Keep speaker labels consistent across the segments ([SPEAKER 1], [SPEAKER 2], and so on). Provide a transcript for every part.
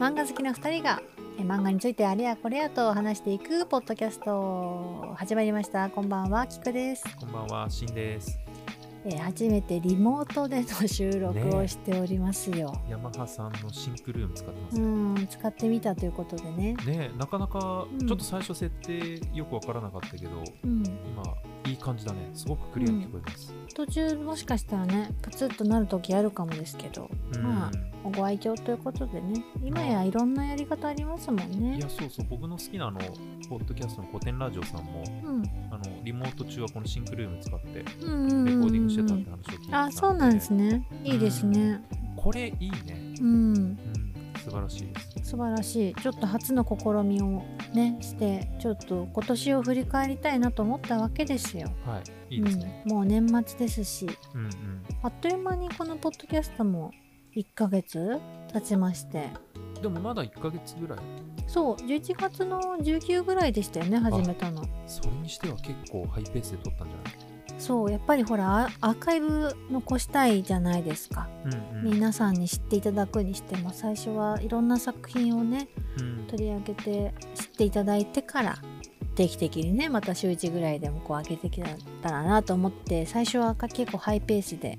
[SPEAKER 1] 漫画好きな2人がえ漫画についてあれやこれやと話していくポッドキャスト始まりましたこんばんはきくです、
[SPEAKER 2] こんばんは、しんです。
[SPEAKER 1] えー初めてリモートでの収録をしておりますよ、
[SPEAKER 2] ヤマハさんのシンクルーム使ってます
[SPEAKER 1] う
[SPEAKER 2] ね。
[SPEAKER 1] ん使ってみたということでね
[SPEAKER 2] ねえなかなか
[SPEAKER 1] うん
[SPEAKER 2] ちょっと最初設定よくわからなかったけど、
[SPEAKER 1] うん
[SPEAKER 2] 今いい感じだね。すごくクリアに聞こえます。
[SPEAKER 1] 途中もしかしたらねプツッとなる時あるかもですけど
[SPEAKER 2] うん
[SPEAKER 1] まあご愛嬌ということでね今やいろんなやり方ありますもん
[SPEAKER 2] い
[SPEAKER 1] ね
[SPEAKER 2] やそうそう僕の好きなあのポッドキャストの古典ラジオさんも
[SPEAKER 1] うん
[SPEAKER 2] あのリモート中はこのシンクルーム使ってレコ
[SPEAKER 1] うんうんうんうんうん
[SPEAKER 2] ーディングしてたって話を聞いてたの
[SPEAKER 1] あそうなんですねいいですね
[SPEAKER 2] これいいね、
[SPEAKER 1] うん
[SPEAKER 2] うん、素晴らしいです
[SPEAKER 1] 素晴らしいちょっと初の試みをねしてちょっと今年を振り返りたいなと思ったわけですよ。
[SPEAKER 2] はいいいですね、
[SPEAKER 1] うんもう年末ですし
[SPEAKER 2] うん、うん
[SPEAKER 1] あっという間にこのポッドキャストも1ヶ月経ちまして
[SPEAKER 2] でもまだ1ヶ月ぐらい
[SPEAKER 1] そう11月の19ぐらいでしたよね始めたの。
[SPEAKER 2] それにしては結構ハイペースで撮ったんじゃない
[SPEAKER 1] そうやっぱりほらアアーカイブ残したいじゃないですか、
[SPEAKER 2] うんうん
[SPEAKER 1] 皆さんに知っていただくにしても最初はいろんな作品をね
[SPEAKER 2] うん
[SPEAKER 1] 取り上げて知っていただいてから定期的にねまた週1ぐらいでもこう上げてきたらなと思って最初は結構ハイペースで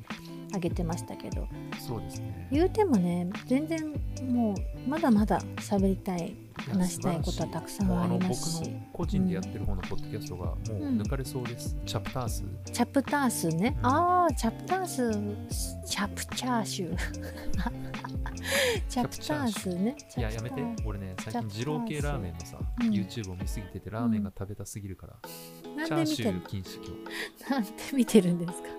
[SPEAKER 1] 上げてましたけど
[SPEAKER 2] そうですね。
[SPEAKER 1] 言うてもね全然もうまだまだ喋りたい話したいことはたくさんありますし
[SPEAKER 2] もうあの僕の個人でやってる方のポッドキャストがもう
[SPEAKER 1] うん
[SPEAKER 2] 抜かれそうです。チャプター数。
[SPEAKER 1] チャプター数ね、
[SPEAKER 2] うん
[SPEAKER 1] ああチャプター数チャプチャー 集チャプター数ね
[SPEAKER 2] いや、やめて。俺ね、最
[SPEAKER 1] チャプタ
[SPEAKER 2] 近、
[SPEAKER 1] ー数
[SPEAKER 2] 二郎系ラーメンのさ、
[SPEAKER 1] うん
[SPEAKER 2] YouTube を見すぎてて、ラーメンが食べたすぎるから、
[SPEAKER 1] な
[SPEAKER 2] チャー
[SPEAKER 1] んで見
[SPEAKER 2] シ
[SPEAKER 1] て
[SPEAKER 2] ュ
[SPEAKER 1] る
[SPEAKER 2] ー禁止今
[SPEAKER 1] なんで見てるんですか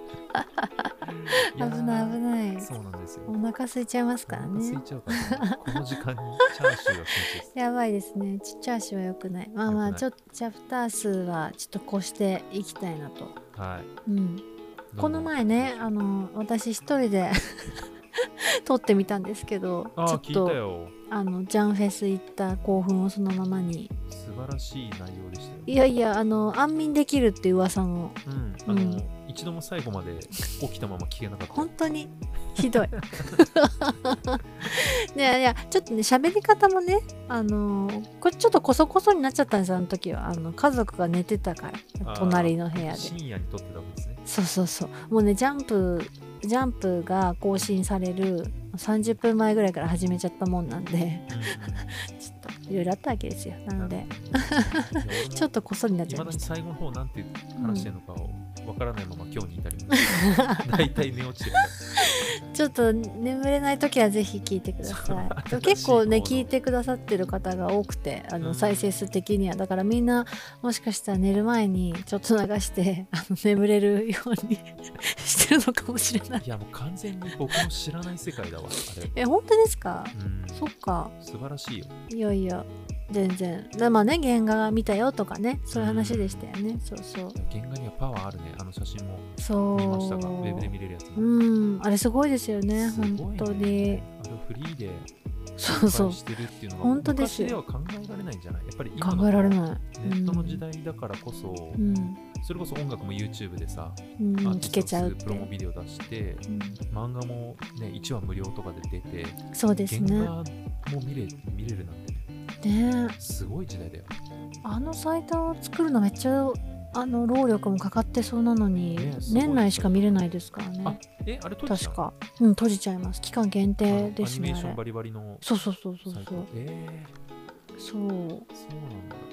[SPEAKER 2] 日。
[SPEAKER 1] 危ない危
[SPEAKER 2] い
[SPEAKER 1] ない
[SPEAKER 2] やー。そうなんですよ。
[SPEAKER 1] お腹空いちゃいますから
[SPEAKER 2] お腹空
[SPEAKER 1] ね
[SPEAKER 2] いちゃうからね、この時間にチャーシューは禁止です。
[SPEAKER 1] やばいですねちっちゃい足は良くないまあまあ
[SPEAKER 2] 良く
[SPEAKER 1] ち
[SPEAKER 2] な
[SPEAKER 1] ょっとチャプター数はちょっと越していきたいなと、
[SPEAKER 2] はい。
[SPEAKER 1] うん、
[SPEAKER 2] どんどん
[SPEAKER 1] この前ねあの私一人で 撮ってみたんですけど
[SPEAKER 2] あ
[SPEAKER 1] ちょ
[SPEAKER 2] あ、
[SPEAKER 1] っ
[SPEAKER 2] 聞いた
[SPEAKER 1] と
[SPEAKER 2] よ。
[SPEAKER 1] あのジャンフェス行った興奮をそのままに
[SPEAKER 2] 素晴らしい内容でしたよ。
[SPEAKER 1] いやいやあの安眠できるっていう噂の
[SPEAKER 2] うん。あの、
[SPEAKER 1] うん
[SPEAKER 2] 一度も最後まで起きたまま聞けなかった。
[SPEAKER 1] 本当にひどい。 ねいやちょっとね喋り方もねあのーこれちょっとこそこそになっちゃったんですあの時はあの家族が寝てたから
[SPEAKER 2] あー
[SPEAKER 1] 隣の部屋で
[SPEAKER 2] 深夜に撮ってたわけですね。
[SPEAKER 1] そうそうそうもうねジャンプジャンプが更新される30分前ぐらいから始めちゃったもんなんでちょっといろいろあったわけですよなのでちょっとこそになっち
[SPEAKER 2] い
[SPEAKER 1] ゃい
[SPEAKER 2] ま
[SPEAKER 1] ま
[SPEAKER 2] だ
[SPEAKER 1] し
[SPEAKER 2] に
[SPEAKER 1] た
[SPEAKER 2] 最後の方なんて話してるのかをわからないまま今日に至ります。 大体寝落ちてる。
[SPEAKER 1] ちょっと眠れない時はぜひ聞いてくださ
[SPEAKER 2] そ
[SPEAKER 1] い。
[SPEAKER 2] う
[SPEAKER 1] 結構ね
[SPEAKER 2] 新
[SPEAKER 1] 聞
[SPEAKER 2] しいコーナー
[SPEAKER 1] いてくださってる方が多くてあ
[SPEAKER 2] う
[SPEAKER 1] の
[SPEAKER 2] ん
[SPEAKER 1] 再生数的にはだからみんなもしかしたら寝る前にちょっと流して あの眠れるように してるのかもしれない。
[SPEAKER 2] いやもう完全に僕の知らない世界だわ、あれ。
[SPEAKER 1] え本当ですか
[SPEAKER 2] うん、
[SPEAKER 1] そっか
[SPEAKER 2] 素晴らしいよ。
[SPEAKER 1] いやいや全然でまあね原画が見たよとかねそういう話でしたよね、そうそう
[SPEAKER 2] 原画にはパワーあるね。あの写真も
[SPEAKER 1] そう
[SPEAKER 2] 見ましたが、ウェブで見れるやつも。
[SPEAKER 1] うんあれすごいですよね
[SPEAKER 2] すごいね
[SPEAKER 1] 本当に。
[SPEAKER 2] あれをフリーで
[SPEAKER 1] そう
[SPEAKER 2] 公
[SPEAKER 1] そう
[SPEAKER 2] 開してるっていうのが
[SPEAKER 1] 本当です
[SPEAKER 2] 昔では考えられないんじゃないやっぱり今の
[SPEAKER 1] 考えられない
[SPEAKER 2] ネットの時代だからこそ、
[SPEAKER 1] うん、
[SPEAKER 2] それこそ音楽も YouTube でさ、
[SPEAKER 1] うん、
[SPEAKER 2] アーテ
[SPEAKER 1] 聞け
[SPEAKER 2] ィス
[SPEAKER 1] ち
[SPEAKER 2] ト
[SPEAKER 1] ゃ
[SPEAKER 2] の
[SPEAKER 1] うっ
[SPEAKER 2] 数
[SPEAKER 1] て
[SPEAKER 2] プロモビデオ出して、漫画もね1話無料とかで出て、
[SPEAKER 1] そうですね
[SPEAKER 2] 原画も見れ見れるなんてね
[SPEAKER 1] ね
[SPEAKER 2] すごい時代だよ、
[SPEAKER 1] あのサイトを作るのめっちゃあの労力もかかってそうなのに、
[SPEAKER 2] ねすごい
[SPEAKER 1] 年内しか見れないですから
[SPEAKER 2] あ
[SPEAKER 1] ね
[SPEAKER 2] えあれ撮っ
[SPEAKER 1] 確かうん閉じちゃいます期間限
[SPEAKER 2] ア
[SPEAKER 1] 定
[SPEAKER 2] ニ
[SPEAKER 1] です
[SPEAKER 2] メ
[SPEAKER 1] ね
[SPEAKER 2] ーシ
[SPEAKER 1] あ
[SPEAKER 2] ョン
[SPEAKER 1] れ
[SPEAKER 2] バリバリの
[SPEAKER 1] そうそうそうそう
[SPEAKER 2] サイトえ
[SPEAKER 1] そうそう
[SPEAKER 2] ー、そうなんだ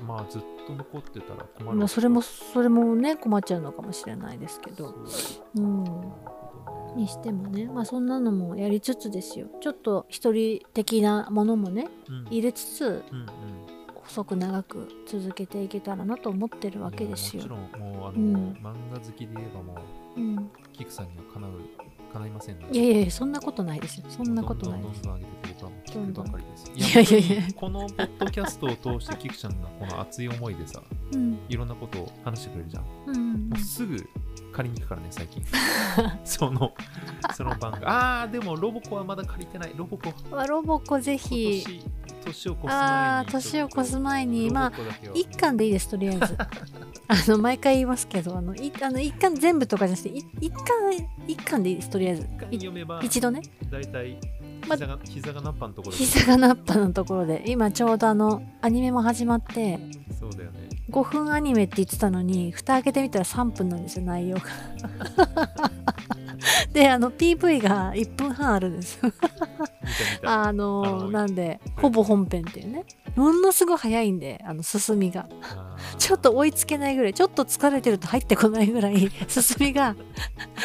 [SPEAKER 2] まあずっと残ってたら困る
[SPEAKER 1] まあ
[SPEAKER 2] わ
[SPEAKER 1] それもそれもね困っちゃうのかもしれないですけど
[SPEAKER 2] そ
[SPEAKER 1] う
[SPEAKER 2] う
[SPEAKER 1] ん
[SPEAKER 2] なるほどね
[SPEAKER 1] にしてもねまあそんなのもやりつつですよちょっと一人的なものもね
[SPEAKER 2] うん
[SPEAKER 1] 入れつつ
[SPEAKER 2] うんうん
[SPEAKER 1] 細く長く続けていけたらなと思ってるわけですよ
[SPEAKER 2] いや、もちろんもうあの、
[SPEAKER 1] うん
[SPEAKER 2] 漫画好きで言えばもう
[SPEAKER 1] うん、
[SPEAKER 2] キクさんにはかなうかないませんの
[SPEAKER 1] いやいやいやそんなことないですよそんなことない
[SPEAKER 2] ど
[SPEAKER 1] で
[SPEAKER 2] ん
[SPEAKER 1] す
[SPEAKER 2] どんどんどん上げて僕はもう聞くばかりです
[SPEAKER 1] いやいやいや
[SPEAKER 2] 本当にこのポッドキャストを通してキクちゃんがこの熱い思いでさ
[SPEAKER 1] うん
[SPEAKER 2] いろんなことを話してくれるじゃん
[SPEAKER 1] うんうん
[SPEAKER 2] もうすぐ借りに行くからね、最近。その、その番組。ああ、でもロボコはまだ借りてない。ロボコ、
[SPEAKER 1] まあロボコぜ
[SPEAKER 2] 今
[SPEAKER 1] ひ
[SPEAKER 2] 年、年を越す前に。
[SPEAKER 1] ああ年を越す前にまあ
[SPEAKER 2] あ
[SPEAKER 1] 一巻でいいですとりあえずあの毎回言いますけどあのいあの一巻全部とかじゃなくてい一巻一巻でいいですとりあえず
[SPEAKER 2] 一巻読めば、
[SPEAKER 1] 一度ね
[SPEAKER 2] 大体膝が、膝がナッパのところで
[SPEAKER 1] 膝がナッパのところで今ちょうどあのアニメも始まって
[SPEAKER 2] そうだよね。
[SPEAKER 1] 5分アニメって言ってたのに蓋開けてみたら3分なんですよ内容が であの PV が1分半あるんですよ
[SPEAKER 2] 見た見た。
[SPEAKER 1] あの
[SPEAKER 2] あの
[SPEAKER 1] なんでほぼ本編っていうねものすごい早いんであの進みが
[SPEAKER 2] あー
[SPEAKER 1] ちょっと追いつけないぐらいちょっと疲れてると入ってこないぐらい 進みが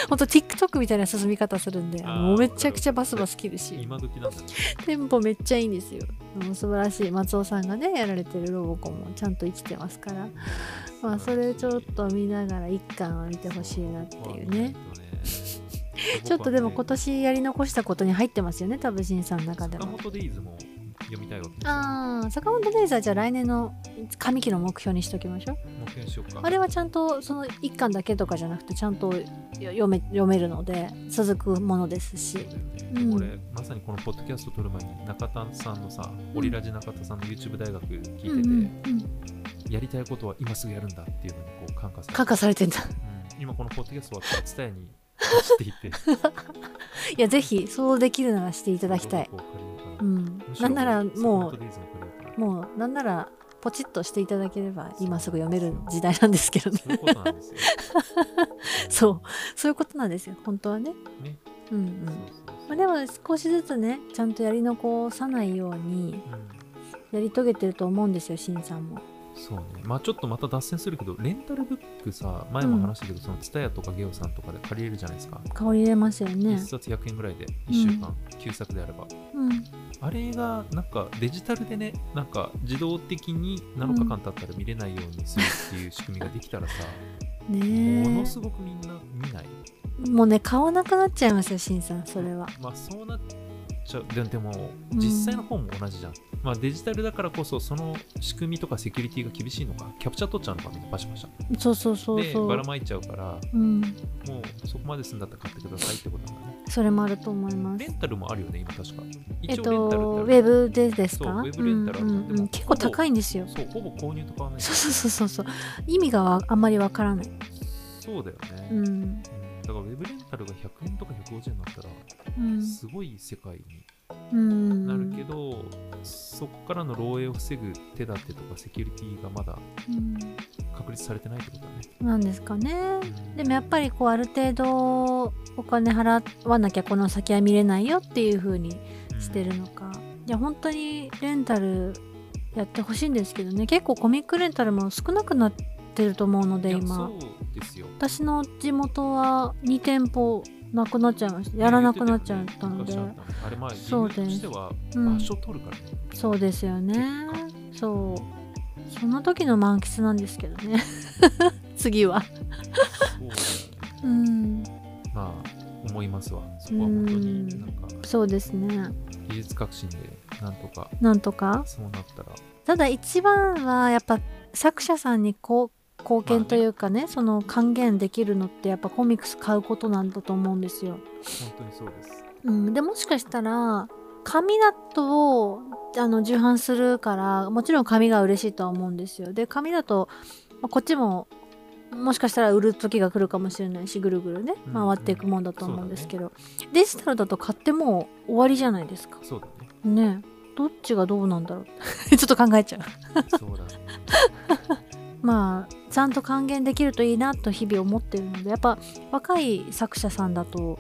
[SPEAKER 1] ほんと TikTok みたいな進み方するんで
[SPEAKER 2] あー
[SPEAKER 1] あのもうめちゃくちゃバスバス切るし
[SPEAKER 2] 今時なんだね。
[SPEAKER 1] テンポめっちゃいいんですよ。もう素晴らしい松尾さんがねやられてるロボコンもちゃんと生きてますから、まあ、それちょっと見ながら一巻は見てほしいなっていうね。ちょっとでも今年やり残したことに入ってますよね多分新さんの中で
[SPEAKER 2] 坂
[SPEAKER 1] も。
[SPEAKER 2] 本デイズも読みたいわけですよ。
[SPEAKER 1] ああ坂本デイズはじゃあ来年の上期の目標にしときましょう。
[SPEAKER 2] 目標にしようか。
[SPEAKER 1] あれはちゃんとその一巻だけとかじゃなくてちゃんと読め読めるので続くものです
[SPEAKER 2] そう
[SPEAKER 1] し
[SPEAKER 2] だよね
[SPEAKER 1] うん
[SPEAKER 2] 俺、まさにこのポッドキャスト撮る前に中田さんのさ、オリラジ中田さんの YouTube 大学聞いてて、
[SPEAKER 1] うんうんうん
[SPEAKER 2] やりたいことは今すぐやるんだっていうのにこう感化され
[SPEAKER 1] 感
[SPEAKER 2] て、
[SPEAKER 1] 化されてんだ。
[SPEAKER 2] うん今このポッドキャスト終わったら伝えに走って いってい
[SPEAKER 1] いやぜひそうできるならしていただきたい。う、
[SPEAKER 2] うん
[SPEAKER 1] なんならもうもうなんならポチッとしていただければ今すぐ読める時代なんですけどね
[SPEAKER 2] そういう
[SPEAKER 1] そうそういうこ
[SPEAKER 2] ことなんですよ。
[SPEAKER 1] となんですよ本当はね
[SPEAKER 2] ね。
[SPEAKER 1] うんう
[SPEAKER 2] そうん
[SPEAKER 1] まあ、
[SPEAKER 2] そうそう
[SPEAKER 1] でも少しずつねちゃんとやり残さないように
[SPEAKER 2] うん
[SPEAKER 1] やり遂げてると思うんですよしんさんも
[SPEAKER 2] そうね。まあちょっとまた脱線するけど、レンタルブックさ、前も話したけど、そのツタヤとかゲオさんとかで借りれるじゃないですか。
[SPEAKER 1] 香り出ますよ
[SPEAKER 2] 一
[SPEAKER 1] ね
[SPEAKER 2] 冊100円ぐらいで1週間、旧作であれば。
[SPEAKER 1] うん
[SPEAKER 2] あれがなんかデジタルでね、なんか自動的に7日間経ったら見れないようにするっていう仕組みができた らさ、も
[SPEAKER 1] ね
[SPEAKER 2] のすごくみんな見ない。
[SPEAKER 1] えもうね買わなくなっちゃいますよしんさんそれは
[SPEAKER 2] まあそうなっちゃう。ででも
[SPEAKER 1] うん
[SPEAKER 2] 実際の方も同じじゃん。まあデジタルだからこそその仕組みとかセキュリティが厳しいのか、キャプチャー取っちゃうのかみんなパシャパシャ。
[SPEAKER 1] そうそうそう
[SPEAKER 2] で、
[SPEAKER 1] そ
[SPEAKER 2] ば
[SPEAKER 1] う
[SPEAKER 2] らまいちゃうから、
[SPEAKER 1] うん
[SPEAKER 2] もうそこまですんだったら買ってくださいってことなんだね。
[SPEAKER 1] それもあると思います
[SPEAKER 2] レンタルもあるよね、今確か。
[SPEAKER 1] えっ
[SPEAKER 2] 一応レンタルって
[SPEAKER 1] とウ
[SPEAKER 2] ある
[SPEAKER 1] ェブでです
[SPEAKER 2] そう
[SPEAKER 1] か
[SPEAKER 2] ウェブレンタルあるじゃん
[SPEAKER 1] うんうん
[SPEAKER 2] で
[SPEAKER 1] うん
[SPEAKER 2] も
[SPEAKER 1] 結構高いんですよ
[SPEAKER 2] そう、ほぼ購入とかはない。
[SPEAKER 1] そうそうそうそうそう意味がわあんまりわからない
[SPEAKER 2] そうだよね。
[SPEAKER 1] うん、
[SPEAKER 2] うんだからウェブレンタルが100円とか150円になったら
[SPEAKER 1] うん
[SPEAKER 2] すごい世界に
[SPEAKER 1] うん、
[SPEAKER 2] なるけど、そこからの漏洩を防ぐ手立てとかセキュリティがまだ
[SPEAKER 1] うん、
[SPEAKER 2] 確立されてないってことだね。
[SPEAKER 1] なんですかね
[SPEAKER 2] うん
[SPEAKER 1] でもやっぱりこうある程度お金払わなきゃこの先は見れないよっていう風にしてるのか、いや本当にレンタルやってほしいんですけどね結構コミックレンタルも少なくなってると思うので
[SPEAKER 2] いや
[SPEAKER 1] 今
[SPEAKER 2] そうですよ。
[SPEAKER 1] 私の地元は2店舗なくなっちゃいましたやらなくなっちゃったので、
[SPEAKER 2] 昔あったねあれ前、理
[SPEAKER 1] そう
[SPEAKER 2] 由
[SPEAKER 1] です
[SPEAKER 2] としては
[SPEAKER 1] うん
[SPEAKER 2] 場所取るからね。
[SPEAKER 1] そうですよねそうその時の満喫なんですけどね 次は
[SPEAKER 2] そうだよね
[SPEAKER 1] うん
[SPEAKER 2] まあ、思いますわ。そこは本当
[SPEAKER 1] う
[SPEAKER 2] に
[SPEAKER 1] ん
[SPEAKER 2] なんか
[SPEAKER 1] そうですね
[SPEAKER 2] 技術革新でなんとか
[SPEAKER 1] なんとか
[SPEAKER 2] そうなったら。
[SPEAKER 1] ただ一番はやっぱ作者さんにこう貢献というかね,、その還元できるのってやっぱコミックス買うことなんだと思うんですよ。
[SPEAKER 2] 本当にそうです。
[SPEAKER 1] うん、でもしかしたら紙だとあの重版するからもちろん紙が嬉しいとは思うんですよ。で紙だと、まあこっちももしかしたら売る時が来るかもしれないしぐるぐるね
[SPEAKER 2] うん
[SPEAKER 1] 回っていくもんだと思うんですけど、デジタルだと買ってもう終わりじゃないですか。
[SPEAKER 2] そうだ ね。
[SPEAKER 1] ねえどっちがどうなんだろう ちょっと考えちゃう。
[SPEAKER 2] そうだね。
[SPEAKER 1] まあちゃんと還元できるといいなと日々思ってるのでやっぱ若い作者さんだと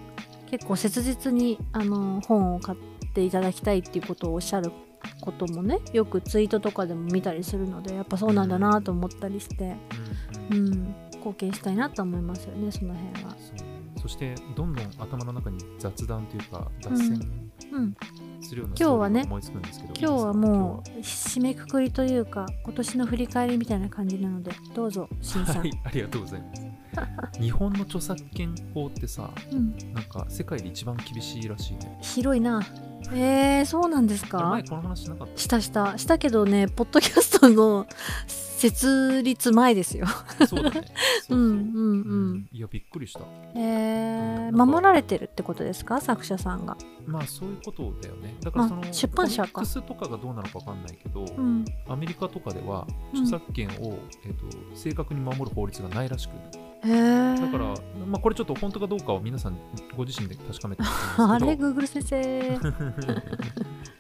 [SPEAKER 1] 結構切実にあの本を買っていただきたいっていうことをおっしゃることもねよくツイートとかでも見たりするのでやっぱそうなんだなと思ったりして、
[SPEAKER 2] うんうん
[SPEAKER 1] うん、貢献したいなと思いますよねその辺は。
[SPEAKER 2] そうねそしてどんどん頭の中に雑談というか脱線
[SPEAKER 1] うん、
[SPEAKER 2] するような
[SPEAKER 1] 今日はね
[SPEAKER 2] ストーリーが思いつくんですけど、
[SPEAKER 1] 今日はもう締めくくりというか今年の振り返りみたいな感じなのでどうぞしん
[SPEAKER 2] 今日
[SPEAKER 1] さん。
[SPEAKER 2] ははい ありがとうございます日本の著作権法ってさ
[SPEAKER 1] うん、
[SPEAKER 2] なんか世界で一番厳しいらしいね
[SPEAKER 1] 広いな。えー、そうなんですか
[SPEAKER 2] 前この話しなかっ
[SPEAKER 1] したしたしたけどねポッドキャストの設立前ですよ。
[SPEAKER 2] た そう だねそううそうん
[SPEAKER 1] うん
[SPEAKER 2] う
[SPEAKER 1] うん。
[SPEAKER 2] んいやびっくりした
[SPEAKER 1] えー
[SPEAKER 2] なんか
[SPEAKER 1] 守られてるってことですか作者さんが。
[SPEAKER 2] まあそういうことだよねだからその
[SPEAKER 1] あ出版社か
[SPEAKER 2] コミックスとかがどうなのかわかんないけど、
[SPEAKER 1] うん。
[SPEAKER 2] アメリカとかでは
[SPEAKER 1] うん
[SPEAKER 2] 著作権を、えっと正確に守る法律がないらしく
[SPEAKER 1] へえ
[SPEAKER 2] だから、まあ、これちょっと本当かどうかを皆さんご自身で確かめてほ しいんですけど
[SPEAKER 1] あれ Google 先生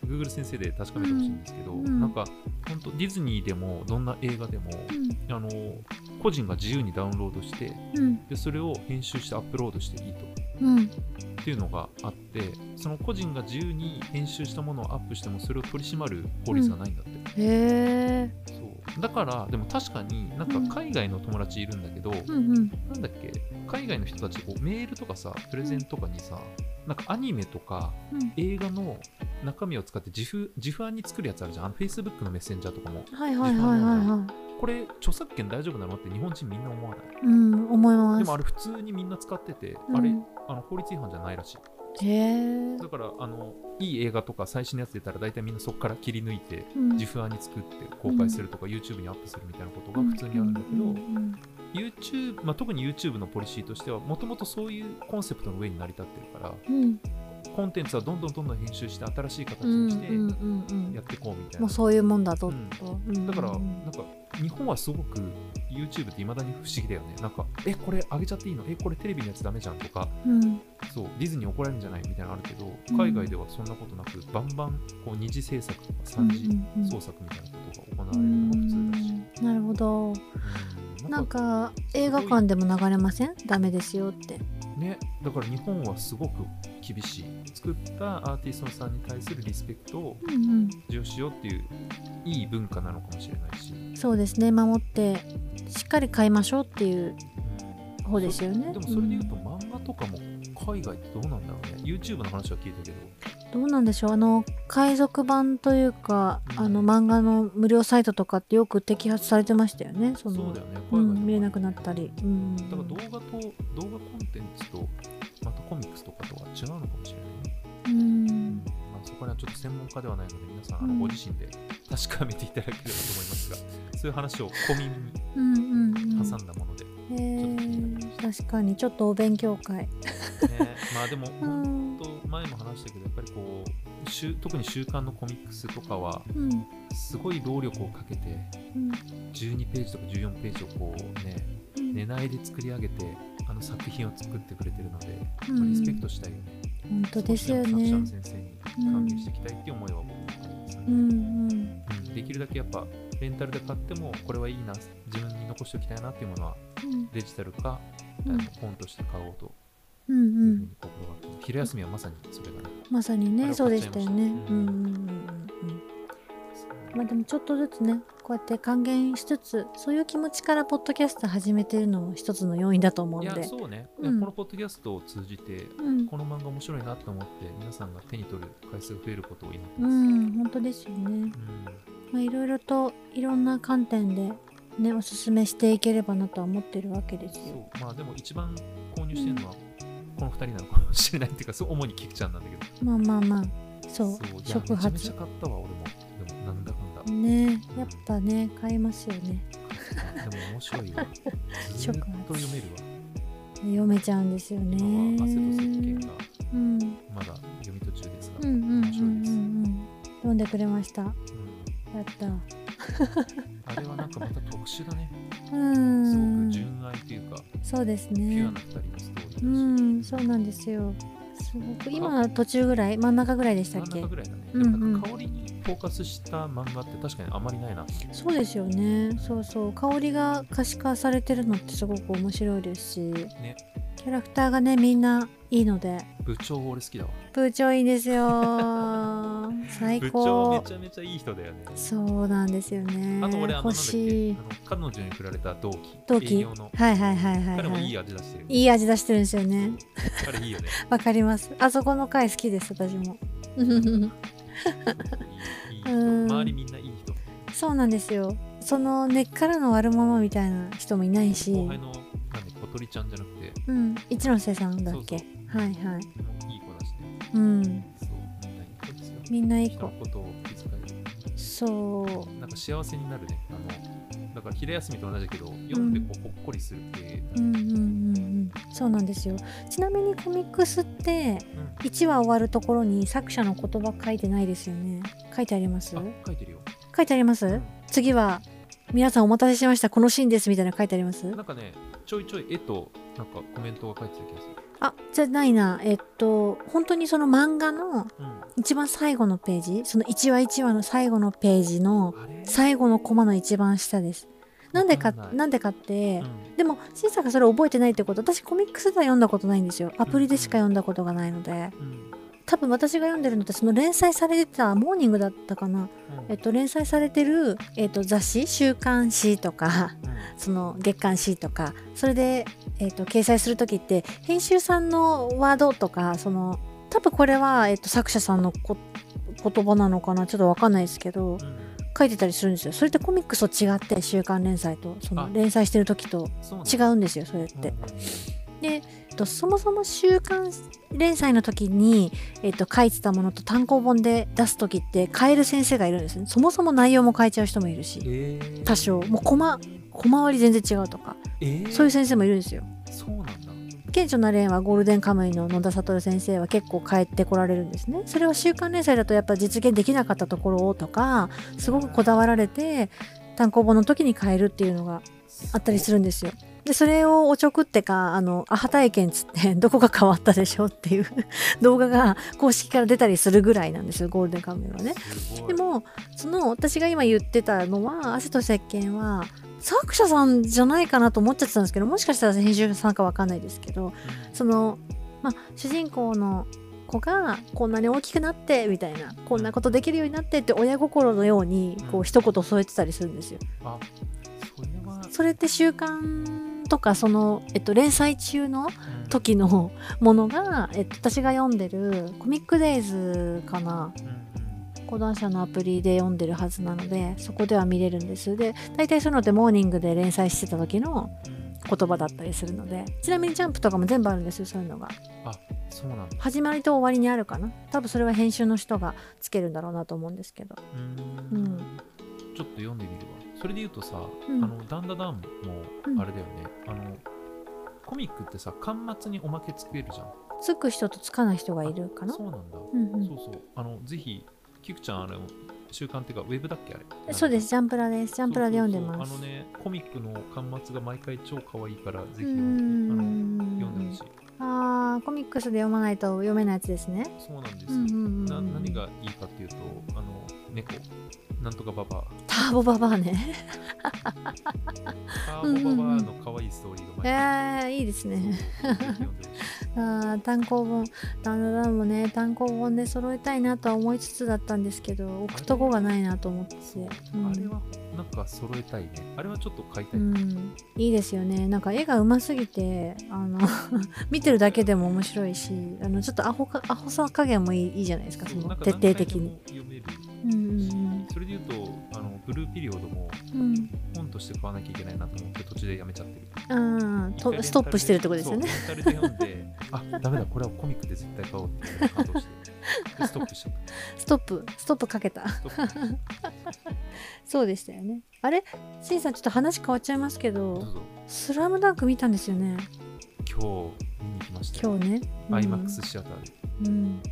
[SPEAKER 2] Google 先生で確かめてほしいんですけど、
[SPEAKER 1] うんうん
[SPEAKER 2] なんか本当ディズニーでもどんな映画でも、
[SPEAKER 1] う
[SPEAKER 2] あの個人が自由にダウンロードして
[SPEAKER 1] ん
[SPEAKER 2] でそれを編集してアップロードしていいと
[SPEAKER 1] うんうん
[SPEAKER 2] っていうのがあってその個人が自由に編集したものをアップしてもそれを取り締まる法律がないんだって、
[SPEAKER 1] へえ
[SPEAKER 2] そうだからでも確かになんか海外の友達いるんだけど、
[SPEAKER 1] うんうん
[SPEAKER 2] なんだっけ海外の人たちこうメールとかさプレゼントとかにさなんかアニメとか
[SPEAKER 1] うん
[SPEAKER 2] 映画の中身を使って自負自負案に作るやつあるじゃんあの Facebook のメッセンジャーとかも
[SPEAKER 1] はいはいはいはいは
[SPEAKER 2] これ著作権大丈夫なのって日本人みんな思わない
[SPEAKER 1] いうん思います
[SPEAKER 2] でもあれ普通にみんな使ってて、
[SPEAKER 1] うん
[SPEAKER 2] あれあの法律違反じゃないらしい
[SPEAKER 1] へえ
[SPEAKER 2] だからあのいい映画とか最新のやつ出たら大体みんなそこから切り抜いて
[SPEAKER 1] うん
[SPEAKER 2] 自負案に作って公開するとか、YouTube にアップするみたいなことが普通にあるんだけど、
[SPEAKER 1] うん
[SPEAKER 2] YouTube まあ、特に YouTube のポリシーとしてはもともとそういうコンセプトの上に成り立ってるから
[SPEAKER 1] うん
[SPEAKER 2] コンテンツはどんどんどんどん編集して新しい形
[SPEAKER 1] うん
[SPEAKER 2] に
[SPEAKER 1] う
[SPEAKER 2] し
[SPEAKER 1] ん
[SPEAKER 2] て
[SPEAKER 1] うんうんうん
[SPEAKER 2] やっていこうみたい
[SPEAKER 1] も
[SPEAKER 2] な、
[SPEAKER 1] うそういうもんだと、
[SPEAKER 2] うん
[SPEAKER 1] とうん
[SPEAKER 2] だから
[SPEAKER 1] う
[SPEAKER 2] なん
[SPEAKER 1] ん
[SPEAKER 2] か日本はすごく YouTube っていまだに不思議だよねなんかえこれ上げちゃっていいのえこれテレビのやつダメじゃんとか
[SPEAKER 1] うん
[SPEAKER 2] そうディズニー怒られるんじゃないみたいなのあるけど
[SPEAKER 1] うん
[SPEAKER 2] 海外ではそんなことなくバンバンこう二次制作とか三次創作みたいなことが行われるのが普通だし、
[SPEAKER 1] うんなるほど
[SPEAKER 2] うん
[SPEAKER 1] なんか映画館でも流れませんダメですよって
[SPEAKER 2] ね、だから日本はすごく厳しい作ったアーティストさんに対するリスペクトを
[SPEAKER 1] うん
[SPEAKER 2] 授与しようっていういい文化なのかもしれないし、
[SPEAKER 1] うんそうですね守ってしっかり買いましょうっていう方ですよね
[SPEAKER 2] でもそれで言うと漫画とかも海外ってどうなんだろうね YouTube の話は聞いたけど
[SPEAKER 1] どうなんでしょうあの海賊版というか、
[SPEAKER 2] うん
[SPEAKER 1] あの漫画の無料サイトとかってよく摘発されてましたよねその
[SPEAKER 2] そうだよね海外
[SPEAKER 1] う
[SPEAKER 2] とかね
[SPEAKER 1] ん、見れなくなったり、うん、
[SPEAKER 2] だから動画と動画コンテンツとまたコミックスとかとは違うのかもしれないね、
[SPEAKER 1] うん
[SPEAKER 2] まあ、そこら辺はちょっと専門家ではないので皆さんあ
[SPEAKER 1] う
[SPEAKER 2] の
[SPEAKER 1] ん
[SPEAKER 2] ご自身で確かめていただければと思いますが、そういう話を小耳に
[SPEAKER 1] うんうんうん
[SPEAKER 2] 挟んだもので、ね、
[SPEAKER 1] へ
[SPEAKER 2] ちょっと気になり
[SPEAKER 1] ー
[SPEAKER 2] まし
[SPEAKER 1] 確かにちょっとお勉強会
[SPEAKER 2] まあでも
[SPEAKER 1] う
[SPEAKER 2] 本
[SPEAKER 1] ん
[SPEAKER 2] と前も話したけどやっぱりこう週特に週刊のコミックスとかは
[SPEAKER 1] うん
[SPEAKER 2] すごい労力をかけて
[SPEAKER 1] うん
[SPEAKER 2] 12ページとか14ページをこうね
[SPEAKER 1] うん
[SPEAKER 2] 寝ないで作り上げてあの作品を作ってくれてるので、
[SPEAKER 1] う
[SPEAKER 2] まあ
[SPEAKER 1] ん
[SPEAKER 2] リスペクトしたいよね。
[SPEAKER 1] 本当ですよ
[SPEAKER 2] 作者の
[SPEAKER 1] ね
[SPEAKER 2] 先生に還元していきたいっていう思いは僕もありますね、
[SPEAKER 1] うんうん
[SPEAKER 2] うんできるだけやっぱレンタルで買ってもこれはいいな自分に残しておきたいなっていうものは
[SPEAKER 1] うん
[SPEAKER 2] デジタルか、
[SPEAKER 1] う
[SPEAKER 2] あ
[SPEAKER 1] ん
[SPEAKER 2] の本として買おうと
[SPEAKER 1] う
[SPEAKER 2] い
[SPEAKER 1] んう
[SPEAKER 2] うふうんに心がけて、昼休みはまさにそれがね。
[SPEAKER 1] まさに
[SPEAKER 2] あ
[SPEAKER 1] ね
[SPEAKER 2] れ
[SPEAKER 1] そうでしたよねう
[SPEAKER 2] 買っ
[SPEAKER 1] ん
[SPEAKER 2] ちゃ
[SPEAKER 1] うんうん
[SPEAKER 2] いました
[SPEAKER 1] うんまあでもちょっとずつねこうやって還元しつつそういう気持ちからポッドキャスト始めてるのも一つの要因だと思う
[SPEAKER 2] い
[SPEAKER 1] の
[SPEAKER 2] や
[SPEAKER 1] で
[SPEAKER 2] そうね、
[SPEAKER 1] うん
[SPEAKER 2] このポッドキャストを通じて
[SPEAKER 1] うん
[SPEAKER 2] この漫画面白いなと思って皆さんが手に取る回数が増えることを祈って
[SPEAKER 1] う
[SPEAKER 2] ます、
[SPEAKER 1] ん本当ですよねまあいろいろといろんな観点でねおすすめしていければなとは思ってるわけです
[SPEAKER 2] うん
[SPEAKER 1] よ
[SPEAKER 2] そうまあでも一番購入してるのはこの2人なのかもしれないっていうかそう主にキクちゃんなんだけど
[SPEAKER 1] まあまあまあそう
[SPEAKER 2] いや
[SPEAKER 1] 触
[SPEAKER 2] めちゃめち
[SPEAKER 1] 発
[SPEAKER 2] ゃ買ったわ俺もでもなんだかん だ
[SPEAKER 1] ねやっぱね買いますよね
[SPEAKER 2] でも面白いわず
[SPEAKER 1] 触
[SPEAKER 2] ー
[SPEAKER 1] 発
[SPEAKER 2] っと読めるわ
[SPEAKER 1] 読めちゃうんですよね
[SPEAKER 2] 今は汗と石鹸が
[SPEAKER 1] うん
[SPEAKER 2] まだ読み途中です
[SPEAKER 1] う
[SPEAKER 2] が、
[SPEAKER 1] んうんうんうん
[SPEAKER 2] 面白いです、
[SPEAKER 1] うん読んでくれましたや
[SPEAKER 2] うん
[SPEAKER 1] った
[SPEAKER 2] あれはなんかまた特殊だね
[SPEAKER 1] う
[SPEAKER 2] すごく
[SPEAKER 1] ん
[SPEAKER 2] 純愛というか
[SPEAKER 1] そうです
[SPEAKER 2] ピュ
[SPEAKER 1] ね
[SPEAKER 2] アな2人のストーリーだし
[SPEAKER 1] うんそうなんですよすごく今途中ぐらい真ん中ぐらいでしたっ
[SPEAKER 2] 真ん
[SPEAKER 1] け
[SPEAKER 2] 中ぐらいだね。
[SPEAKER 1] う
[SPEAKER 2] で
[SPEAKER 1] んうん
[SPEAKER 2] もなんか香りにフォーカスした漫画って確かにあまりないな。
[SPEAKER 1] そうですよねそうそう香りが可視化されてるのってすごく面白いですし、キャラクターがねみんないいので
[SPEAKER 2] 部長俺好きだわ。
[SPEAKER 1] 部長いいんです よ最
[SPEAKER 2] 部長め
[SPEAKER 1] 高
[SPEAKER 2] ちゃめちゃいい人だよね。
[SPEAKER 1] そうなんですよね
[SPEAKER 2] あと俺あ
[SPEAKER 1] 欲
[SPEAKER 2] のなんだっけ
[SPEAKER 1] しい
[SPEAKER 2] あの彼女に振られた同期。
[SPEAKER 1] 同期
[SPEAKER 2] 営業の。
[SPEAKER 1] はいはいはいはいはい
[SPEAKER 2] 彼もいい味出してる。
[SPEAKER 1] いい味出してるんですよね
[SPEAKER 2] 彼いいよね。
[SPEAKER 1] わかりますあそこの回好きです私 も
[SPEAKER 2] いいいい人。
[SPEAKER 1] うん
[SPEAKER 2] 周りみんないい人。
[SPEAKER 1] そうなんですよその根っからの悪者みたいな人もいないし、
[SPEAKER 2] 後輩のなんで小鳥ちゃんじゃなくて、
[SPEAKER 1] うん、一ノ瀬さんだっけ
[SPEAKER 2] そう
[SPEAKER 1] はいはい
[SPEAKER 2] でもいい子だしね。
[SPEAKER 1] うん
[SPEAKER 2] そう、みんないい子ですよ。
[SPEAKER 1] みんないい
[SPEAKER 2] 人の
[SPEAKER 1] 子
[SPEAKER 2] ことを気遣える。
[SPEAKER 1] そ
[SPEAKER 2] なんか幸せになるね。あのだから昼休みと同じだけど、読んでこうほっこりするって。
[SPEAKER 1] ううんうんうんうんそうなんですよちなみにコミックスって
[SPEAKER 2] うん
[SPEAKER 1] 1話終わるところに作者の言葉書いてないですよね書いてあります
[SPEAKER 2] あ書いてるよ、
[SPEAKER 1] 書いてあります、
[SPEAKER 2] うん
[SPEAKER 1] 次は皆さんお待たせしましたこのシーンですみたいなの書いてあります
[SPEAKER 2] なんかねちょいちょい絵となんかコメントが書いてた気がする。
[SPEAKER 1] あじゃないなえっと本当にその漫画の一番最後のページその1話1話の最後のページの
[SPEAKER 2] うん、あれ
[SPEAKER 1] 最後のコマの一番下ですなんでか
[SPEAKER 2] わかんない
[SPEAKER 1] なんでかって、
[SPEAKER 2] うん
[SPEAKER 1] でも審査がそれ覚えてないってこと私コミックスでは読んだことないんですよアプリでしか読んだことがないので
[SPEAKER 2] うん
[SPEAKER 1] 多分私が読んでるのってその連載されてたモーニングだったかな、
[SPEAKER 2] うん
[SPEAKER 1] えっと、連載されてる、えっと、雑誌週刊誌とか
[SPEAKER 2] うん
[SPEAKER 1] その月刊誌とかそれで、えっと、掲載する時って編集さんのワードとかその多分これは、えっと、作者さんのこ言葉なのかなちょっとわかんないですけど
[SPEAKER 2] うん
[SPEAKER 1] 書いてたりするんですよそれってコミックスと違って週刊連載とそ
[SPEAKER 2] あ
[SPEAKER 1] の連載してる時と
[SPEAKER 2] そうなんだ
[SPEAKER 1] 違うんですよそれっ
[SPEAKER 2] うん
[SPEAKER 1] て。えっとそもそも週刊連載の時に、えっと、書いてたものと単行本で出す時って変える先生がいるんですねそもそも内容も変えちゃう人もいるし
[SPEAKER 2] えー
[SPEAKER 1] 多少もうコマ小回り全然違うとか
[SPEAKER 2] えー
[SPEAKER 1] そういう先生もいるんですよ
[SPEAKER 2] そうなんだ。
[SPEAKER 1] 顕著な例はゴールデンカムイの野田悟先生は結構変えてこられるんですねそれは週刊連載だとやっぱ実現できなかったところをとかすごくこだわられて単行本の時に変えるっていうのがあったりす
[SPEAKER 2] る。
[SPEAKER 1] るんですよ。でそれをおちょくってかあのアハ体験っつって どこが変わったでしょうっていう 動画が公式から出たりするぐらいなんですよゴールデンカムイはね。
[SPEAKER 2] すご
[SPEAKER 1] で
[SPEAKER 2] い、
[SPEAKER 1] もその私が今言ってたのは「汗と石鹸は作者さんじゃないかなと思っちゃってたんですけどもしかしたら編集さんかわかんないですけどその、まあ、主人公の子がこんなに大きくなってみたいなこんなことできるようになってって親心のようにこう一言添えてたりするんですよ。
[SPEAKER 2] あ、それは。
[SPEAKER 1] それって週刊とかその、えっと、連載中の
[SPEAKER 2] うん、
[SPEAKER 1] 時の ものが、えっと、私が読んでるコミックデイズかな
[SPEAKER 2] うんうん
[SPEAKER 1] 講談社のアプリで読んでるはずなのでそこでは見れるんですで大体そういうのってモーニングで連載してた時の
[SPEAKER 2] うん
[SPEAKER 1] 言葉だったりするのでちなみにジャンプとかも全部あるんですよそういうのが
[SPEAKER 2] そうなんだ。
[SPEAKER 1] 始まりと終わりにあるかな多分それは編集の人がつけるんだろうなと思うんですけど
[SPEAKER 2] うー
[SPEAKER 1] うんん
[SPEAKER 2] ちょっと読んでみるわ。それで言うとさ、
[SPEAKER 1] うん
[SPEAKER 2] あのダンダダン
[SPEAKER 1] うん
[SPEAKER 2] もあれだよね、あのコミックってさ、巻末におまけつけるじゃん。
[SPEAKER 1] つく人とつかない人がいるかな
[SPEAKER 2] そうなんだ。
[SPEAKER 1] うんうん
[SPEAKER 2] そうそう。あのぜひ、キクちゃん、あれ、週刊っていうか、ウェブだっけあれ。。
[SPEAKER 1] そうですすジャンプラですジャンプラで読んでます
[SPEAKER 2] そうそうそうあのね、コミックの巻末が毎回超可愛いから、ぜひ
[SPEAKER 1] う
[SPEAKER 2] 読んであの読んで
[SPEAKER 1] ん
[SPEAKER 2] ほしい。
[SPEAKER 1] あーコミックスで読まないと読めないやつですね。
[SPEAKER 2] そうなんです。
[SPEAKER 1] うんうんうん
[SPEAKER 2] な何がいいかっていうと、あの猫、なんとかババア。
[SPEAKER 1] ターボババア ね。
[SPEAKER 2] ターボババアの可愛いストーリーが毎
[SPEAKER 1] え
[SPEAKER 2] 回
[SPEAKER 1] ー、いいですね。あー単行本、ダンダダンもね、単行本で揃えたいなとは思いつつだったんですけど、置くとこがないなと思って。
[SPEAKER 2] そう
[SPEAKER 1] うん
[SPEAKER 2] あれはなんか揃えたいね。あれはちょっと買いた
[SPEAKER 1] う
[SPEAKER 2] い。
[SPEAKER 1] ん、いいですよねなんか絵がうますぎてあの 見てるだけでも面白いしあのちょっとアホかアホさ加減もいいいいじゃないですかそ
[SPEAKER 2] そうな
[SPEAKER 1] の
[SPEAKER 2] んか
[SPEAKER 1] 徹底的に。
[SPEAKER 2] 何回でも読める
[SPEAKER 1] うん
[SPEAKER 2] それで言うとあのブルーピリオドも
[SPEAKER 1] うんうん
[SPEAKER 2] 本として買わなきゃいけないなと思って途中でやめちゃってる。
[SPEAKER 1] うんあーとストップしてるってことですよね。
[SPEAKER 2] そうレンタルで読んで、あダメだこれはコミックで絶対買おうっていう感動してでストップしちゃっ
[SPEAKER 1] ストップストップかけた。
[SPEAKER 2] た。ストップ
[SPEAKER 1] そうでしたよね。あれ、しんさん、ちょっと話変わっちゃいますけ
[SPEAKER 2] どう
[SPEAKER 1] ど、
[SPEAKER 2] ぞ
[SPEAKER 1] スラムダンク見たんですよね、
[SPEAKER 2] 今日見に来ましたよ。
[SPEAKER 1] 今日ね。
[SPEAKER 2] アイマックスシアターで
[SPEAKER 1] うん、うん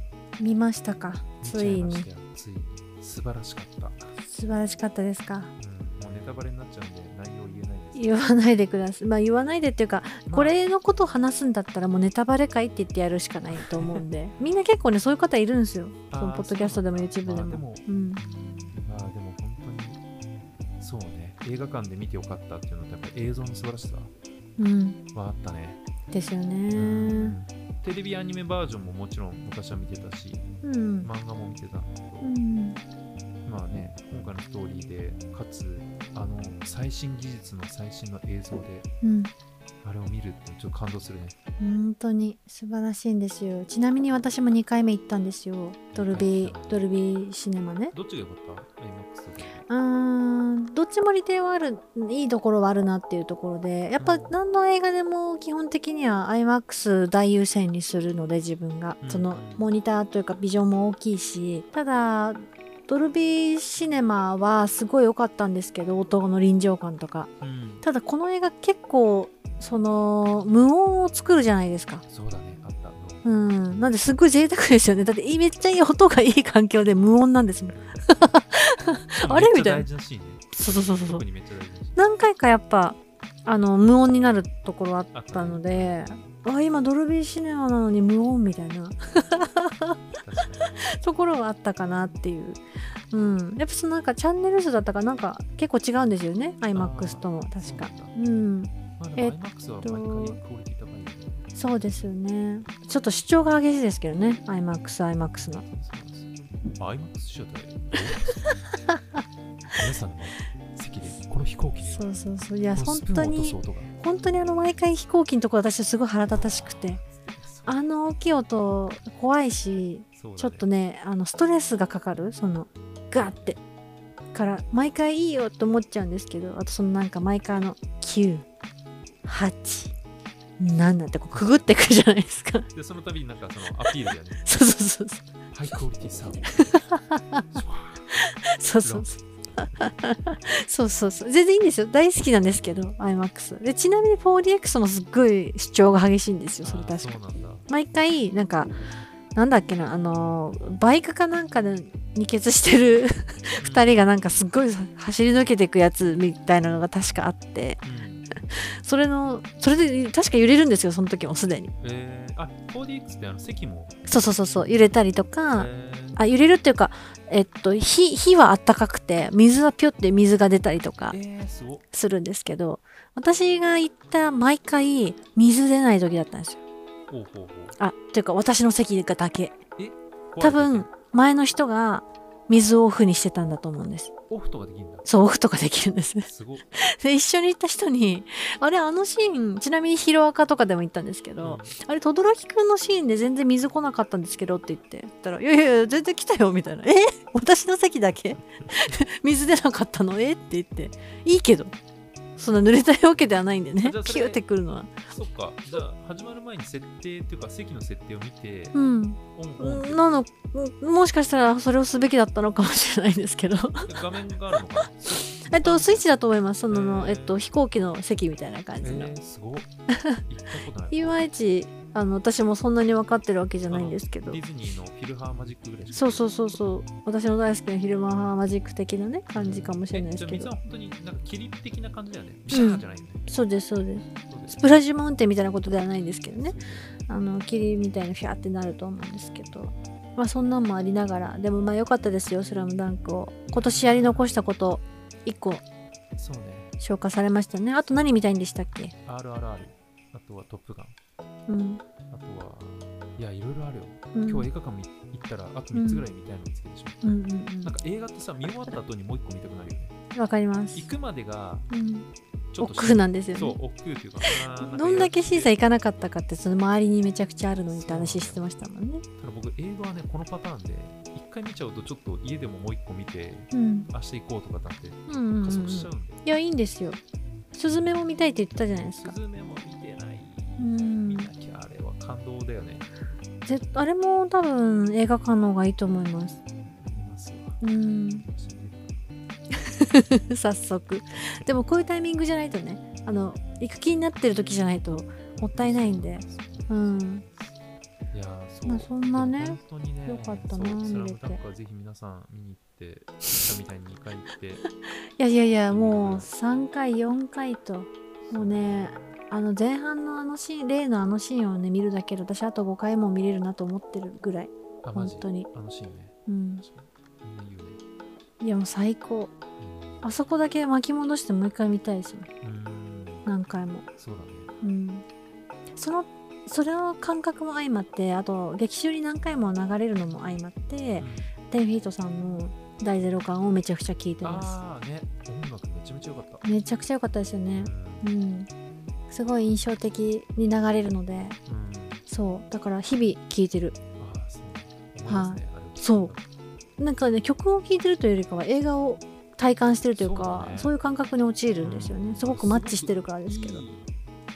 [SPEAKER 1] 見ましたか、
[SPEAKER 2] 見
[SPEAKER 1] つ
[SPEAKER 2] ちゃい
[SPEAKER 1] い
[SPEAKER 2] ま
[SPEAKER 1] に
[SPEAKER 2] し。たよ。ついに素晴らしかった。
[SPEAKER 1] 素晴らしかったですか。
[SPEAKER 2] うんもうネタバレになっちゃうんで内容言えないですけど。
[SPEAKER 1] 言わないでください。まあ、言わないでっていうか、
[SPEAKER 2] まあ
[SPEAKER 1] これのことを話すんだったら、もうネタバレかいって言ってやるしかないと思うん で、みんな結構ね、そういう方いるんですよ。
[SPEAKER 2] あー
[SPEAKER 1] そのポッドキャストでも
[SPEAKER 2] そうなんだ
[SPEAKER 1] YouTube で
[SPEAKER 2] まあで
[SPEAKER 1] も。
[SPEAKER 2] も
[SPEAKER 1] うん、
[SPEAKER 2] まあでも本当にそうね映画館で見てよかったっていうのとやっぱり映像の素晴らしさ
[SPEAKER 1] うん、
[SPEAKER 2] はあったね、
[SPEAKER 1] ですよ
[SPEAKER 2] うん
[SPEAKER 1] ね。
[SPEAKER 2] テレビアニメバージョンももちろん昔は見てたし
[SPEAKER 1] うん、
[SPEAKER 2] 漫画も見てたんだけど、
[SPEAKER 1] うん、
[SPEAKER 2] まあね今回のストーリーでかつあの最新技術の最新の映像で
[SPEAKER 1] うん。
[SPEAKER 2] あれを見るってちょっと感動するね
[SPEAKER 1] 本当に素晴らしいんですよちなみに私も2回目行ったんですよドルビ
[SPEAKER 2] 二回行った
[SPEAKER 1] ー
[SPEAKER 2] の
[SPEAKER 1] ドルビーシネマね
[SPEAKER 2] どっちが良かった ?IMAX で
[SPEAKER 1] うーんどっちも利点はあるいいところはあるなっていうところでやっぱ
[SPEAKER 2] うん
[SPEAKER 1] 何の映画でも基本的には IMAX 大優先にするので自分が
[SPEAKER 2] うん
[SPEAKER 1] そのモニターというかビジョンも大きいしただドルビーシネマはすごい良かったんですけど音の臨場感とか
[SPEAKER 2] うん
[SPEAKER 1] ただこの映画結構その無音を作るじゃないですか
[SPEAKER 2] そうだねあ った
[SPEAKER 1] うん、なんですごい贅沢ですよねだっていいめっちゃいい音がいい環境で無音なんですもんあれ
[SPEAKER 2] めっ
[SPEAKER 1] み
[SPEAKER 2] ち
[SPEAKER 1] た
[SPEAKER 2] ゃ
[SPEAKER 1] いな
[SPEAKER 2] 大事なシーンね
[SPEAKER 1] そうそうそうそう
[SPEAKER 2] 特にめっちゃ大事なシーン
[SPEAKER 1] 何回かやっぱあの無音になるところあったのであ今ドルビーシネマなのに無音みたいな
[SPEAKER 2] 確かに
[SPEAKER 1] ところはあったかなっていう、うん、やっぱそのなんかチャンネル数だったかなんか結構違うんですよね iMAX とも確か
[SPEAKER 2] そうなんだ
[SPEAKER 1] うん
[SPEAKER 2] まあ、
[SPEAKER 1] え
[SPEAKER 2] で
[SPEAKER 1] っ
[SPEAKER 2] も IMAX は
[SPEAKER 1] と
[SPEAKER 2] 毎回クオリティ高いよね。
[SPEAKER 1] そうですよねちょっと主張が激しいですけどね iMAXiMAX の
[SPEAKER 2] そう なんです。IMAX 視聴って皆さんの席でこの飛行機で
[SPEAKER 1] そ
[SPEAKER 2] こ
[SPEAKER 1] うそうそういや
[SPEAKER 2] の
[SPEAKER 1] 本
[SPEAKER 2] スプ
[SPEAKER 1] 当
[SPEAKER 2] ーンを落とす
[SPEAKER 1] に
[SPEAKER 2] 音が
[SPEAKER 1] 本当にあの毎回飛行機のとこ私すごい腹立たしくてあの大きい音怖いし
[SPEAKER 2] そうだね
[SPEAKER 1] ちょっとねあのストレスがかかるそのガーってから毎回いいよと思っちゃうんですけどあとそのなんか毎回あの987ってこうくぐってくじゃないですか
[SPEAKER 2] でその度になんかそのアピールだよね
[SPEAKER 1] そうそうそうそう
[SPEAKER 2] ハイクオリティサウンド
[SPEAKER 1] そうそうそう。そうそうそう全然いいんですよ大好きなんですけど iMAX でちなみに 4DX もすっごい主張が激しいんですよそれ
[SPEAKER 2] あー
[SPEAKER 1] 確か
[SPEAKER 2] そうなんだ
[SPEAKER 1] 毎回なんかなんだっけなあのーバイクかなんかで二血してる2人がなんかすっごい走り抜けていくやつみたいなのが確かあって
[SPEAKER 2] うん
[SPEAKER 1] それのそれで確か揺れるんですよその時もすでに
[SPEAKER 2] えー、あ 4DX ってあの席も、
[SPEAKER 1] そうそうそうそう揺れたりと
[SPEAKER 2] え
[SPEAKER 1] か、
[SPEAKER 2] ー
[SPEAKER 1] あ揺れるっていうかえっと火火はあったかくて水はピョって水が出たりとか
[SPEAKER 2] えー、すごっ
[SPEAKER 1] するんですけど私が行った毎回水出ない時だったんですよ
[SPEAKER 2] ほうほうほう
[SPEAKER 1] あというか私の席がだけ
[SPEAKER 2] 壊れてて
[SPEAKER 1] 多分前の人が水をオフにしてたんだと思うんです
[SPEAKER 2] オフとかできるんだ
[SPEAKER 1] そうオフとかできるんですね
[SPEAKER 2] すごっ、
[SPEAKER 1] で一緒に行った人に「あれあのシーンちなみにヒロアカとかでも行ったんですけ
[SPEAKER 2] うん
[SPEAKER 1] ど、あれ轟くんのシーンで全然水来なかったんですけど」って言って言ったら「いやいやいや全然来たよ」みたいな「え私の席だけ 水出なかったのえっ?」て言って「いいけどそんな濡れたいわけではないんでね
[SPEAKER 2] あじゃあそ
[SPEAKER 1] キ
[SPEAKER 2] れ
[SPEAKER 1] ューってくるのは
[SPEAKER 2] そっかじゃあ始まる前に設定っていうか席の設定を見て、
[SPEAKER 1] うん
[SPEAKER 2] オンオンって
[SPEAKER 1] なのもしかしたらそれをすべきだったのかもしれないんですけど
[SPEAKER 2] 画面があるの かな
[SPEAKER 1] えっとスイッチだと思いますその、
[SPEAKER 2] へー
[SPEAKER 1] えっと、飛行機の席みたいな
[SPEAKER 2] え
[SPEAKER 1] 感じの、
[SPEAKER 2] ー、すごっ行ったことない
[SPEAKER 1] いまいちあの私もそんなに分かってるわけじゃないんですけど
[SPEAKER 2] ディズニーのフィルハーマジックぐらいしか
[SPEAKER 1] そうそうそうそう私の大好きな昼間マジック的なね感じかもしれないです
[SPEAKER 2] え
[SPEAKER 1] け
[SPEAKER 2] じ
[SPEAKER 1] ど
[SPEAKER 2] ゃあ水は本当になんか霧的な感じだよね。ビシャーじゃないよね。
[SPEAKER 1] そうですそうです
[SPEAKER 2] そうです
[SPEAKER 1] スプラッシュマウンテンみたいなことではないんですけどねあの霧みたいなフィャーってなると思うんですけどまあそんなんもありながらでもまあ良かったですよ「スラムダンクを今年やり残したこと1個
[SPEAKER 2] そうね。
[SPEAKER 1] 消化されましたねあと何見たいんでしたっけ
[SPEAKER 2] RRR。あとはトップガン。
[SPEAKER 1] うん、
[SPEAKER 2] あとは、いや、いろいろあるよ。
[SPEAKER 1] うん、
[SPEAKER 2] 今日映画館見行ったら、あと3つぐらい見たいの見つけてしま
[SPEAKER 1] うんうん
[SPEAKER 2] う。なんか映画ってさ、見終わった後にもう1個見たくなるよね。
[SPEAKER 1] うんわかります
[SPEAKER 2] 行くまでが、
[SPEAKER 1] うん
[SPEAKER 2] ちょっと
[SPEAKER 1] 億劫なんですよ
[SPEAKER 2] そう
[SPEAKER 1] ね、
[SPEAKER 2] 億劫っていうか、あー
[SPEAKER 1] どんだけ審査
[SPEAKER 2] なんか映
[SPEAKER 1] 行かなかったかってその周りにめちゃくちゃあるのにって話してましたもんね
[SPEAKER 2] 画ただ僕、映画はね、このパターンで、1回見ちゃうと、ちょっと家でももう1個見て、
[SPEAKER 1] うん
[SPEAKER 2] 明日行こうとかなんて、
[SPEAKER 1] うんうんうん
[SPEAKER 2] 加
[SPEAKER 1] うん
[SPEAKER 2] 速しちゃうんで。
[SPEAKER 1] いやいいんですよスズメも見たいって言ってたじゃないですか
[SPEAKER 2] スズメも見てない。
[SPEAKER 1] うん
[SPEAKER 2] 見なきゃあれは感動だよね。
[SPEAKER 1] ぜあれも多分映画館の方がいいと思います
[SPEAKER 2] 見ますよ。
[SPEAKER 1] うん 早速でもこういうタイミングじゃないとねあの行く気になってる時じゃないともったいないんでうん
[SPEAKER 2] いやーそう、
[SPEAKER 1] まあそんなね
[SPEAKER 2] でも本当にね
[SPEAKER 1] よかったな
[SPEAKER 2] そうスラ
[SPEAKER 1] 見れ
[SPEAKER 2] ム
[SPEAKER 1] て
[SPEAKER 2] ダンクはぜひ皆さん見に行ってさみたいに2回行って
[SPEAKER 1] いやいやいやもう3回4回ともうねあの前半のあのシーン例のあのシーンをね見るだけで私あと5回も見れるなと思ってるぐらい
[SPEAKER 2] あマ
[SPEAKER 1] 本
[SPEAKER 2] ジ
[SPEAKER 1] 当に
[SPEAKER 2] あのシーンね
[SPEAKER 1] うん
[SPEAKER 2] みんな言うね
[SPEAKER 1] いやもう最高あそこだけ巻き戻してもう一回見たいですよ
[SPEAKER 2] うんうーん
[SPEAKER 1] 何回も
[SPEAKER 2] そうだね
[SPEAKER 1] うんそのそれの感覚も相まってあと劇中に何回も流れるのも相まって
[SPEAKER 2] うん
[SPEAKER 1] デイフィートさんの「大ゼロ感」をめちゃくちゃ聴いてま
[SPEAKER 2] ああね音楽めちゃめちゃ良かった
[SPEAKER 1] すめちゃくちゃ良かったですよね
[SPEAKER 2] うん
[SPEAKER 1] うんすごい印象的に流れるので
[SPEAKER 2] うん
[SPEAKER 1] そうだから日々聴いてる
[SPEAKER 2] ああそう思いますねあれを
[SPEAKER 1] そうなんかね曲を聴いてるというよりかは映画を体感してるというか
[SPEAKER 2] そ
[SPEAKER 1] そうう,、
[SPEAKER 2] だね
[SPEAKER 1] いう感覚に陥るんですよね、
[SPEAKER 2] うん
[SPEAKER 1] すごくマッチしてるからですけど
[SPEAKER 2] いい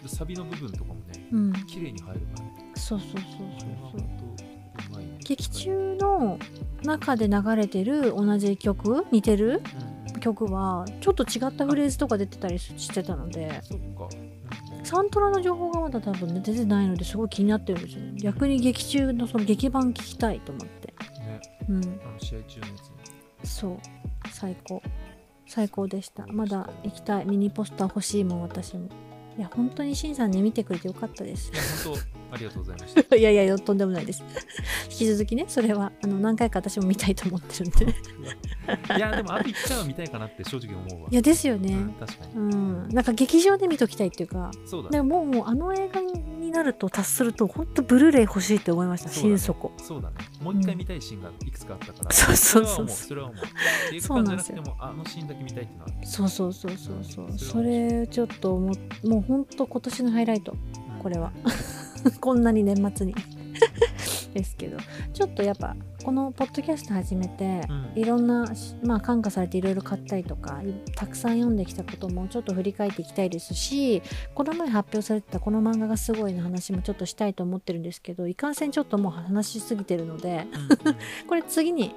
[SPEAKER 2] でサビの部分とかもね
[SPEAKER 1] うん
[SPEAKER 2] 綺麗に入るからね
[SPEAKER 1] そうそうそう
[SPEAKER 2] あ
[SPEAKER 1] そ
[SPEAKER 2] れ
[SPEAKER 1] う
[SPEAKER 2] は
[SPEAKER 1] そう
[SPEAKER 2] 本当うまいね
[SPEAKER 1] 劇中の中で流れてる同じ曲似てる
[SPEAKER 2] うんうん
[SPEAKER 1] 曲はちょっと違ったフレーズとか出てたりしてたので
[SPEAKER 2] そっか
[SPEAKER 1] サントラの情報がまだ多分ね出てないのですごい気になってるんですよね逆に劇中のその劇版聞きたいと思って
[SPEAKER 2] ね
[SPEAKER 1] うん
[SPEAKER 2] あの試合中のやつね
[SPEAKER 1] そう最高最高でしたまだ行きたいミニポスター欲しいもん私もいや本当にしんさんね見てくれてよかったです
[SPEAKER 2] いや本当ありがとうございました
[SPEAKER 1] いやいやとんでもないです 引き続きねそれはあの何回か私も見たいと思ってるんで
[SPEAKER 2] いやでもあと1回は見たいかなって正直思うわ
[SPEAKER 1] いやですよね
[SPEAKER 2] うん確かに
[SPEAKER 1] うんなんか劇場で見ときたいっていうか
[SPEAKER 2] そうだ
[SPEAKER 1] で
[SPEAKER 2] ね
[SPEAKER 1] ももうあの映画になると達すると本当ブルーレイ欲しいって思いました
[SPEAKER 2] そうだ
[SPEAKER 1] 心
[SPEAKER 2] ね
[SPEAKER 1] 底
[SPEAKER 2] そうだねもう一回見たいシーンがいくつかあったから、
[SPEAKER 1] そうそうそうそう
[SPEAKER 2] それは思うそれは思う映
[SPEAKER 1] そ
[SPEAKER 2] 画
[SPEAKER 1] う
[SPEAKER 2] 館
[SPEAKER 1] なんです
[SPEAKER 2] じゃなく
[SPEAKER 1] よ
[SPEAKER 2] てもあのシーンだけ見たいっていうのはある
[SPEAKER 1] そうそうそうそうそう
[SPEAKER 2] うん
[SPEAKER 1] それちょっと思っもう本当今年のハイライト
[SPEAKER 2] うん
[SPEAKER 1] これは こんなに年末に ですけどちょっとやっぱこのポッドキャスト始めて、
[SPEAKER 2] うん
[SPEAKER 1] いろんなしまあ感化されていろいろ買ったりとかいたくさん読んできたこともちょっと振り返っていきたいですしこの前発表されてたこの漫画がすごいの話もちょっとしたいと思ってるんですけどいかんせんちょっともう話しすぎてるので
[SPEAKER 2] うん
[SPEAKER 1] これ次に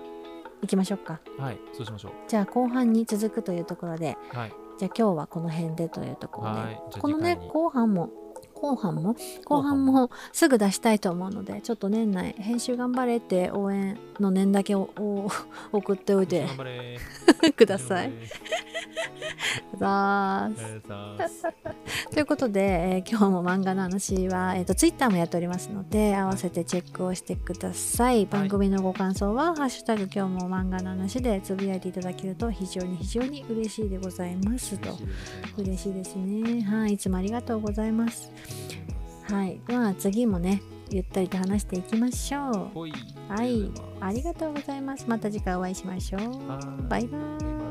[SPEAKER 1] 行きましょうか
[SPEAKER 2] うんはいそうしましょ
[SPEAKER 1] じゃあ後半に続くというところで
[SPEAKER 2] うはい
[SPEAKER 1] じゃあ今日はこの辺でというところで、
[SPEAKER 2] はいじゃあ
[SPEAKER 1] この
[SPEAKER 2] 次
[SPEAKER 1] ね
[SPEAKER 2] 回に
[SPEAKER 1] 後半も後半も後
[SPEAKER 2] 後
[SPEAKER 1] 半
[SPEAKER 2] 半
[SPEAKER 1] もすぐ出したいと思うのでちょっと年内編集頑張れって応援の念だけを お送っておいて
[SPEAKER 2] 頑張れ
[SPEAKER 1] ください。ざー
[SPEAKER 2] あ
[SPEAKER 1] す
[SPEAKER 2] りがとうございます
[SPEAKER 1] ということで、えー今日も漫画の話は、えー、と Twitter もやっておりますので合わせてチェックをしてください番組のご感想は「ハッシュタグ今日も漫画の話」でつぶやいていただけると非常に非常に嬉しいでござい ますと
[SPEAKER 2] 嬉し
[SPEAKER 1] 嬉し
[SPEAKER 2] いでございます
[SPEAKER 1] いですねはいいつもありがとうございますはい、まあ次もね、ゆったりと話していきましょう。
[SPEAKER 2] ほい
[SPEAKER 1] はい、あり
[SPEAKER 2] と
[SPEAKER 1] がとうございます。また次回お会いしましょう。
[SPEAKER 2] うございます
[SPEAKER 1] バイバイ。